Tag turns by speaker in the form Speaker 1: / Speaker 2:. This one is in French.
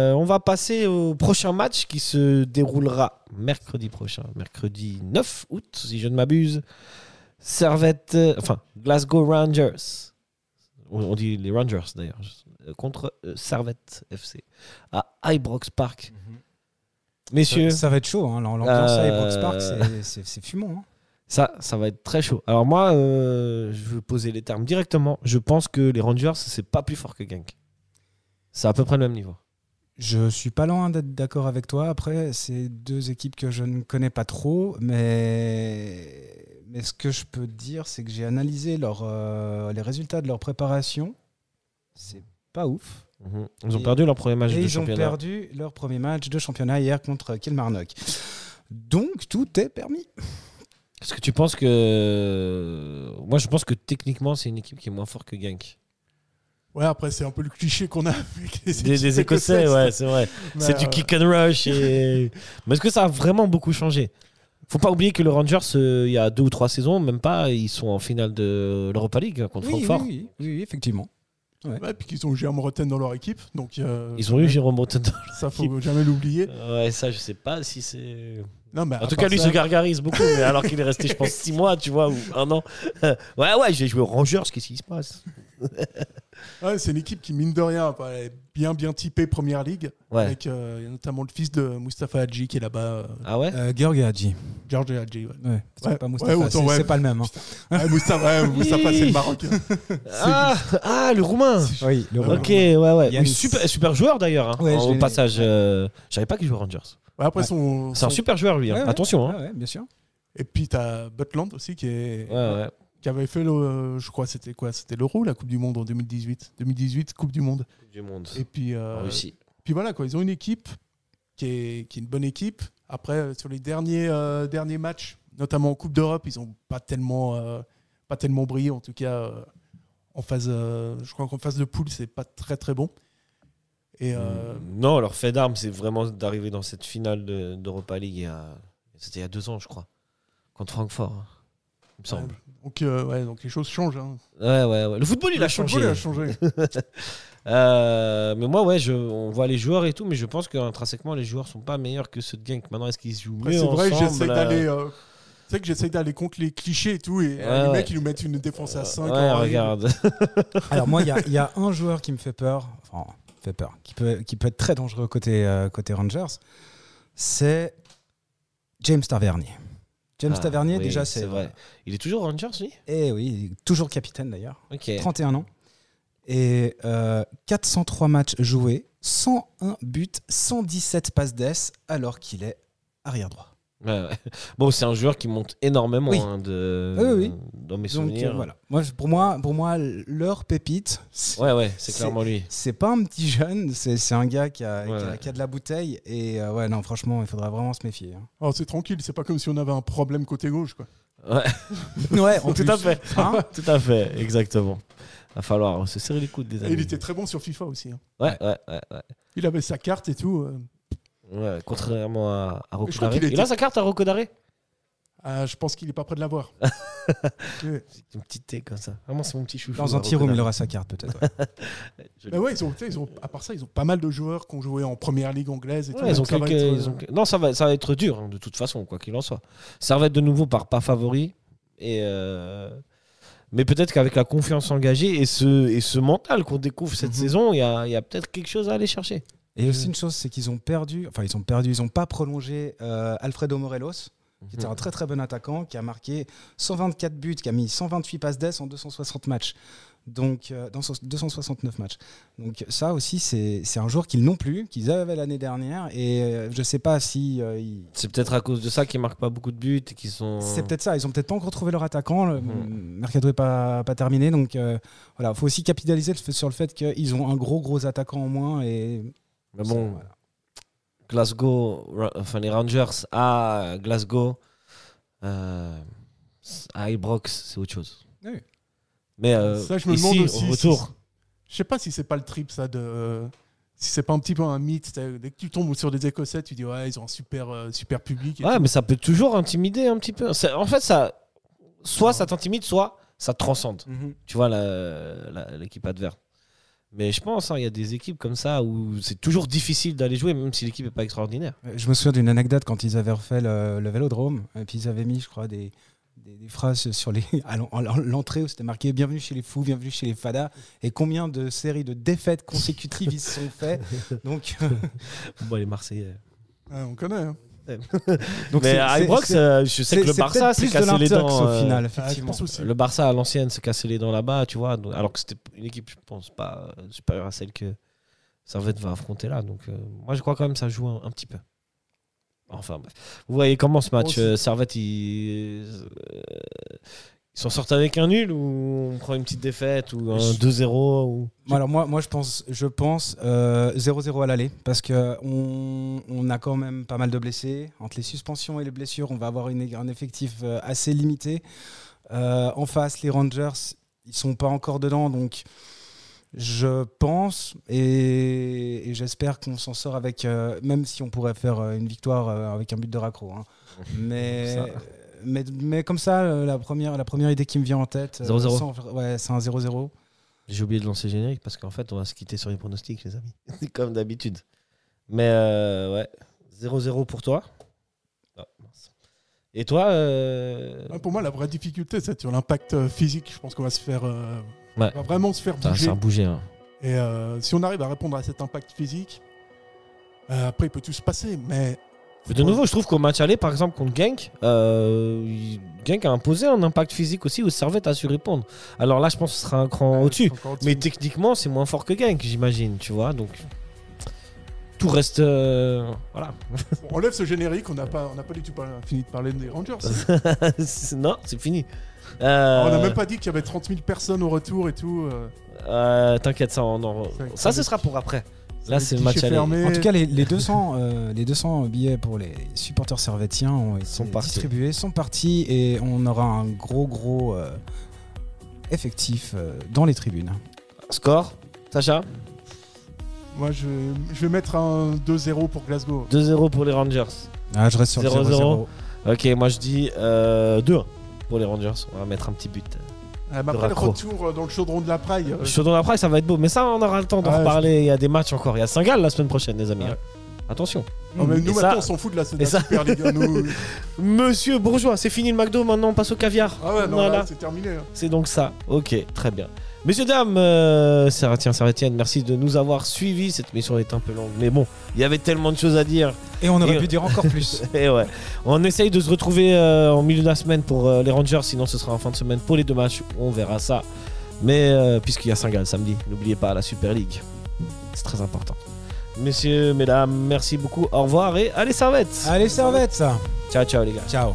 Speaker 1: Euh, on va passer au prochain match qui se déroulera mercredi prochain, mercredi 9 août, si je ne m'abuse. Servette, euh, enfin Glasgow Rangers, on, on dit les Rangers d'ailleurs, euh, contre euh, Servette FC à Ibrox Park. Messieurs,
Speaker 2: Ça, ça va être chaud. hein, L'ambiance à Ibrox Park,
Speaker 1: Euh,
Speaker 2: c'est- c'est c'est fumant. hein.
Speaker 1: Ça, ça va être très chaud. Alors moi, euh, je vais poser les termes directement. Je pense que les Rangers, c'est pas plus fort que Genk. C'est à peu près le même niveau.
Speaker 2: Je suis pas loin d'être d'accord avec toi. Après, c'est deux équipes que je ne connais pas trop, mais, mais ce que je peux te dire, c'est que j'ai analysé leur, euh, les résultats de leur préparation. C'est pas ouf.
Speaker 1: Mhm. Ils ont
Speaker 2: Et-
Speaker 1: perdu leur premier match
Speaker 2: Et
Speaker 1: de
Speaker 2: ils ont
Speaker 1: championnat.
Speaker 2: perdu leur premier match de championnat hier contre Kilmarnock. Donc, tout est permis.
Speaker 1: Est-ce que tu penses que... Moi, je pense que techniquement, c'est une équipe qui est moins forte que Genk.
Speaker 3: Ouais, après, c'est un peu le cliché qu'on a avec les
Speaker 1: Des, des
Speaker 3: équipes
Speaker 1: Écossais, Bah
Speaker 3: écossaises.
Speaker 1: ouais, c'est vrai.
Speaker 3: Mais,
Speaker 1: C'est du
Speaker 3: euh,
Speaker 1: kick and rush. et- Mais est-ce que ça a vraiment beaucoup changé Faut pas oublier que les Rangers, euh, il y a deux ou trois saisons, même pas, ils sont en finale de l'Europa League hein, contre
Speaker 2: Oui, oui,
Speaker 1: Francfort.
Speaker 2: oui, oui, oui, effectivement.
Speaker 3: Ouais, puis qu'ils ont Jérôme Rotten dans leur équipe. Donc, euh,
Speaker 1: Ils ont eu Jérôme Breton.
Speaker 3: ça, faut jamais l'oublier.
Speaker 1: Ouais, ça, je sais pas si c'est.
Speaker 3: Non, mais à
Speaker 1: En tout
Speaker 3: part
Speaker 1: cas, lui
Speaker 3: ça-
Speaker 1: se gargarise beaucoup, mais alors qu'il est resté, je pense, 6 mois, tu vois, ou un an. ouais, ouais, j'ai joué aux Rangers, qu'est-ce qui se passe
Speaker 3: Ouais, c'est une équipe qui, mine de rien, bah, elle est bien, bien typée Première Ligue.
Speaker 1: Ouais.
Speaker 3: Avec euh, il y a notamment le fils de Mustapha Hadji qui est là-bas. euh,
Speaker 1: Ah ouais
Speaker 2: Euh, Georg Hadji.
Speaker 3: George Hadji, ouais.
Speaker 2: Ouais, c'est
Speaker 3: Ouais,
Speaker 2: pas
Speaker 3: ouais,
Speaker 2: Moustapha,
Speaker 3: autant,
Speaker 2: c'est
Speaker 3: ouais.
Speaker 2: c'est pas le même. hein.
Speaker 3: Ouais, Mustapha, ouais, Mustapha, c'est le Marocain.
Speaker 1: ah, ah, le Roumain
Speaker 2: Oui, le
Speaker 3: Ouais.
Speaker 1: Ok, ouais, ouais.
Speaker 2: Yannis.
Speaker 1: Oui, super, super joueur d'ailleurs, hein,
Speaker 2: Ouais, je
Speaker 1: au
Speaker 2: l'ai-
Speaker 1: passage. euh, J'avais pas qu'il jouait aux Rangers.
Speaker 3: Ouais, après,
Speaker 2: Ouais.
Speaker 3: son,
Speaker 1: C'est un
Speaker 3: son-
Speaker 1: super joueur, lui, hein.
Speaker 2: Ouais, ouais.
Speaker 1: attention. hein.
Speaker 2: Ouais, ouais, bien sûr.
Speaker 3: Et puis, t'as Butland aussi qui, est,
Speaker 1: Ouais, ouais.
Speaker 3: qui avait fait, le, je crois, c'était quoi C'était l'Euro, la Coupe du Monde en 2018. 2018, Coupe du Monde.
Speaker 1: Du monde.
Speaker 3: Et puis, euh,
Speaker 1: En Russie.
Speaker 3: puis voilà, quoi, ils ont une équipe qui est, qui est une bonne équipe. Après, euh, sur les derniers, euh, derniers matchs, notamment en Coupe d'Europe, ils n'ont pas tellement, euh, pas tellement brillé. En tout cas, euh, en phase, euh, je crois qu'en phase de poule, c'est pas très très bon. Et
Speaker 1: Mmh,
Speaker 3: euh,
Speaker 1: Mm. Non, leur fait d'armes, c'est vraiment d'arriver dans cette finale de- d'Europa League. il y a- C'était il y a deux ans, je crois, contre Francfort, hein, il me semble.
Speaker 3: donc, euh, ouais, donc les choses changent. hein.
Speaker 1: Ouais, ouais, ouais. Le football, il
Speaker 3: Le
Speaker 1: a changé.
Speaker 3: football, il a changé.
Speaker 1: Euh, mais moi, ouais, je, on voit les joueurs et tout, mais je pense qu'intrinsèquement, les joueurs sont pas meilleurs que ceux de Genk. Maintenant, est-ce qu'ils se jouent
Speaker 3: Après,
Speaker 1: mieux
Speaker 3: c'est vrai que
Speaker 1: ensemble,
Speaker 3: j'essaie
Speaker 1: euh,
Speaker 3: d'aller. euh, c'est vrai que j'essaie d'aller contre les clichés et tout,
Speaker 1: Ouais,
Speaker 3: et euh, les
Speaker 1: ouais. Euh,
Speaker 3: mecs ils nous mettent une défense à 5.
Speaker 1: Ouais, regarde.
Speaker 2: Alors moi, il y a- il y, a un joueur qui me fait peur, enfin, fait peur, qui peut, qui peut être très dangereux côté, euh, côté Rangers, c'est James Tavernier. James
Speaker 1: Ah,
Speaker 2: Tavernier,
Speaker 1: oui,
Speaker 2: déjà, c'est
Speaker 1: vrai. Il est toujours Rangers, lui
Speaker 2: Et oui, toujours capitaine d'ailleurs,
Speaker 1: Ok.
Speaker 2: 31 ans. Et euh, 403 matchs joués, 101 buts, 117 passes d'ess, alors qu'il est arrière droit.
Speaker 1: Ouais, ouais. Bon, c'est un joueur qui monte énormément
Speaker 2: Oui.
Speaker 1: hein, de...
Speaker 2: Ah oui, oui.
Speaker 1: dans mes
Speaker 2: Donc
Speaker 1: souvenirs.
Speaker 2: euh, voilà. Moi, je- pour moi, pour moi, leur pépite, c'est-
Speaker 1: Ouais, ouais, c'est
Speaker 2: C'est-
Speaker 1: clairement lui.
Speaker 2: C'est pas un petit jeune, c'est c'est un gars qui a,
Speaker 1: Ouais,
Speaker 2: qui a-
Speaker 1: ouais.
Speaker 2: qui a de la bouteille. Et euh, ouais, non, franchement, il faudra vraiment se méfier. hein.
Speaker 3: Alors Oh, c'est tranquille, c'est pas comme si on avait un problème côté gauche. Quoi.
Speaker 1: Ouais,
Speaker 2: Ouais, en
Speaker 1: tout
Speaker 2: plus.
Speaker 1: à fait.
Speaker 2: Hein
Speaker 1: tout à fait, exactement. Va falloir se serrer les coudes des
Speaker 3: Et il
Speaker 1: amis.
Speaker 3: était très bon sur FIFA aussi. hein.
Speaker 1: Ouais, ouais, ouais. ouais.
Speaker 3: Il avait sa carte et tout. euh.
Speaker 1: Ouais, contrairement à, à Rocco
Speaker 3: Je crois
Speaker 1: Daré.
Speaker 3: qu'il était-
Speaker 1: Il a sa carte à Rocco Daré
Speaker 3: Ah, je pense qu'il est pas près de l'avoir. Ouais.
Speaker 1: Une petite thé comme ça. Vraiment, c'est mon petit chouchou.
Speaker 2: Dans un petit room, il aura sa carte peut-être. ouais.
Speaker 1: Je-
Speaker 3: Mais ouais, ils ont, tu sais, ils ont- à part ça, ils ont pas mal de joueurs qui ont joué en première ligue anglaise. Et tout,
Speaker 1: Ouais, ils
Speaker 3: donc
Speaker 1: ont
Speaker 3: ça va
Speaker 1: quelques-
Speaker 3: être, euh,
Speaker 1: ils ont- Non, ça va, ça va être dur, hein, de toute façon, quoi qu'il en soit. Servette de nouveau par pas favori. Et euh, Mais peut-être qu'avec la confiance engagée et ce, et ce mental qu'on découvre cette
Speaker 2: Mhm.
Speaker 1: saison, il y a, il y a peut-être quelque chose à aller chercher.
Speaker 2: Et aussi une chose, c'est qu'ils ont perdu, enfin ils ont perdu, ils ont pas prolongé euh, Alfredo Morelos, qui
Speaker 1: Mhm.
Speaker 2: était un très très bon attaquant, qui a marqué 124 buts, qui a mis 128 passes d'ess en 260 matchs. Donc, euh, dans so- 269 matchs. Donc, ça aussi, c'est c'est un joueur qu'ils n'ont plus, qu'ils avaient l'année dernière. Et euh, je sais pas si euh, ils-
Speaker 1: C'est peut-être à cause de ça qu'ils marquent pas beaucoup de buts et qu'ils sont.
Speaker 2: C'est peut-être ça, ils ont peut-être pas encore trouvé leur attaquant, le
Speaker 1: Mhm.
Speaker 2: mercato n'est pas, pas terminé, donc euh, voilà, faut aussi capitaliser le fait- sur le fait qu'ils ont un gros gros attaquant en moins et
Speaker 1: Mais Ah bon,
Speaker 2: voilà.
Speaker 1: Glasgow, Ra- enfin les Rangers à Glasgow, euh, à Ibrox, c'est autre chose.
Speaker 2: Oui.
Speaker 1: Mais euh,
Speaker 3: Ça, je me
Speaker 1: ici,
Speaker 3: demande aussi
Speaker 1: au
Speaker 3: si-
Speaker 1: retour.
Speaker 3: Je sais pas si c'est pas le trip ça de. euh, Si c'est pas un petit peu un mythe, c'est- euh, dès que tu tombes sur des Écossais, tu dis ouais, ils ont un super, euh, super public. et
Speaker 1: Ouais, mais ça peut toujours intimider un petit peu. C'est- En fait, ça,
Speaker 3: Mhm.
Speaker 1: soit ça t'intimide, soit ça te transcende. Tu vois, la- la- l'équipe adverse. Mais je pense, hein, il y a des équipes comme ça où c'est toujours difficile d'aller jouer, même si l'équipe n'est pas extraordinaire.
Speaker 2: Je me souviens d'une anecdote quand ils avaient refait le, le vélodrome, et puis ils avaient mis, je crois, des, des, des phrases sur les, à l'en- à l'entrée où c'était marqué Bienvenue chez les fous, bienvenue chez les fadas, et combien de séries de défaites consécutives ils se sont fait. Donc, euh,
Speaker 1: Bon, les Marseillais.
Speaker 3: Ouais, on connaît. hein.
Speaker 2: donc
Speaker 1: mais
Speaker 2: c'est-
Speaker 1: à
Speaker 2: c'est-
Speaker 1: Ibrox,
Speaker 2: c'est-
Speaker 1: euh, je sais
Speaker 2: c'est-
Speaker 1: que le
Speaker 2: c'est
Speaker 1: Barça
Speaker 2: peut-être
Speaker 1: s'est
Speaker 2: plus de
Speaker 1: cassé les
Speaker 2: l'intox
Speaker 1: dents. euh,
Speaker 2: au final,
Speaker 3: Ah, je
Speaker 2: effectivement.
Speaker 3: pense aussi.
Speaker 1: Le Barça à l'ancienne s'est cassé les dents là-bas, tu vois. donc- alors que c'était une équipe, je pense, pas euh, supérieure à celle que Servette va affronter là. Donc, euh, moi, je crois quand même que ça joue un, un petit peu. Enfin, bref. Vous voyez comment ce match
Speaker 3: Bon,
Speaker 1: euh, Servette, ils, euh, ils s'en sortent avec un nul ou on prend une petite défaite ou un
Speaker 2: Je-
Speaker 1: 2-0 ou...
Speaker 2: Moi, alors moi, moi je pense, je pense euh, 0-0 à l'aller parce que on, on a quand même pas mal de blessés entre les suspensions et les blessures. On va avoir une- un effectif euh, assez limité. Euh, en face, les Rangers, ils sont pas encore dedans, donc je pense et, et j'espère qu'on s'en sort avec, euh, même si on pourrait faire euh, une victoire euh, avec un but de raccro. hein. Mais,
Speaker 1: Ça.
Speaker 2: mais, mais comme ça, euh, la première, la première idée qui me vient en tête, euh,
Speaker 1: 0-0.
Speaker 2: sans- ouais, c'est un 0-0.
Speaker 1: J'ai oublié de lancer le générique parce qu'en fait, on va se quitter sur les pronostics, les amis. Comme d'habitude. Mais euh, ouais, 0-0 pour toi. Ah, mince. Et toi euh,
Speaker 3: Ouais, Ah, Pour moi, la vraie difficulté, c'est sur l'impact euh, physique. Je pense qu'on va se faire, euh,
Speaker 1: Ouais.
Speaker 3: on va vraiment se faire
Speaker 1: Putain,
Speaker 3: bouger.
Speaker 1: ça a bougé. hein.
Speaker 3: Et euh, si on arrive à répondre à cet impact physique, euh, après, il peut tout se passer. Mais
Speaker 1: Mais de nouveau, je trouve qu'au match aller, par exemple, contre Genk, euh, il- Genk a imposé un impact physique aussi où Servette a su répondre. Alors là, je pense que ce sera un cran au-dessus.
Speaker 3: Encore au-dessus.
Speaker 1: Mais techniquement, c'est moins fort que Genk, j'imagine, tu vois. Donc, tout reste. euh, voilà.
Speaker 3: on enlève ce générique, on n'a pas, on n'a pas du tout par- fini de parler des Rangers.
Speaker 1: C'est- non, c'est fini. Euh,
Speaker 3: On n'a même pas dit qu'il y avait 30 000 personnes au retour et tout. euh,
Speaker 1: euh, T'inquiète, ça, on en-
Speaker 3: C'est-
Speaker 1: ça,
Speaker 3: c'est-
Speaker 1: ce sera pour après.
Speaker 3: ça
Speaker 1: Là,
Speaker 3: avait
Speaker 1: c'est
Speaker 3: guichet
Speaker 1: le match aller.
Speaker 3: fermé.
Speaker 2: En tout cas, les, les 200, euh, les 200 billets pour les supporters servétiens ont été
Speaker 1: Sont partis.
Speaker 2: distribués, sont partis et on aura un gros, gros euh, effectif euh, dans les tribunes.
Speaker 1: Score, Sacha
Speaker 3: Moi, je, je vais mettre un 2-0 pour Glasgow. Euh,
Speaker 1: 2-0 pour les Rangers.
Speaker 2: Ah, je reste sur le
Speaker 1: 0-0.
Speaker 2: 0-0.
Speaker 1: Ok, moi je dis euh, 2-1 pour les Rangers. On va mettre un petit but.
Speaker 3: Ah, mais
Speaker 1: Le
Speaker 3: après le
Speaker 1: raccro.
Speaker 3: retour euh, dans le chaudron de la Praille, euh,
Speaker 1: Chaudron après, ça va être beau. Mais ça, on aura le temps d'en
Speaker 3: Ouais, je-
Speaker 1: reparler. Il y a des matchs encore. Il y a Saint-Gall la semaine prochaine, les amis.
Speaker 3: Ouais.
Speaker 1: hein. Attention.
Speaker 3: non, mais nous,
Speaker 1: Et ça-
Speaker 3: maintenant, on s'en fout de la, de la
Speaker 1: et ça-
Speaker 3: Super League. hein, nous.
Speaker 1: Monsieur Bourgeois, c'est fini le McDo. Maintenant, on passe au caviar.
Speaker 3: Ah ouais, non, là,
Speaker 1: Voilà.
Speaker 3: c'est terminé. hein.
Speaker 1: C'est donc ça. Ok, très bien. Messieurs, dames, euh, Serratien, Serratienne, merci de nous avoir suivis. Cette mission est un peu longue, mais bon, il y avait tellement de choses à dire.
Speaker 2: Et on aurait
Speaker 1: Et-
Speaker 2: pu dire encore plus.
Speaker 1: Et ouais. On essaye de se retrouver euh, en milieu de la semaine pour euh, les Rangers, sinon ce sera en fin de semaine pour les deux matchs. On verra ça. Mais euh, puisqu'il y a Saint-Gall samedi, n'oubliez pas la Super League. C'est très important. Messieurs, mesdames, merci beaucoup. Au revoir et allez, servette
Speaker 2: Allez, servette, ça.
Speaker 1: Ciao, ciao les gars.
Speaker 2: Ciao.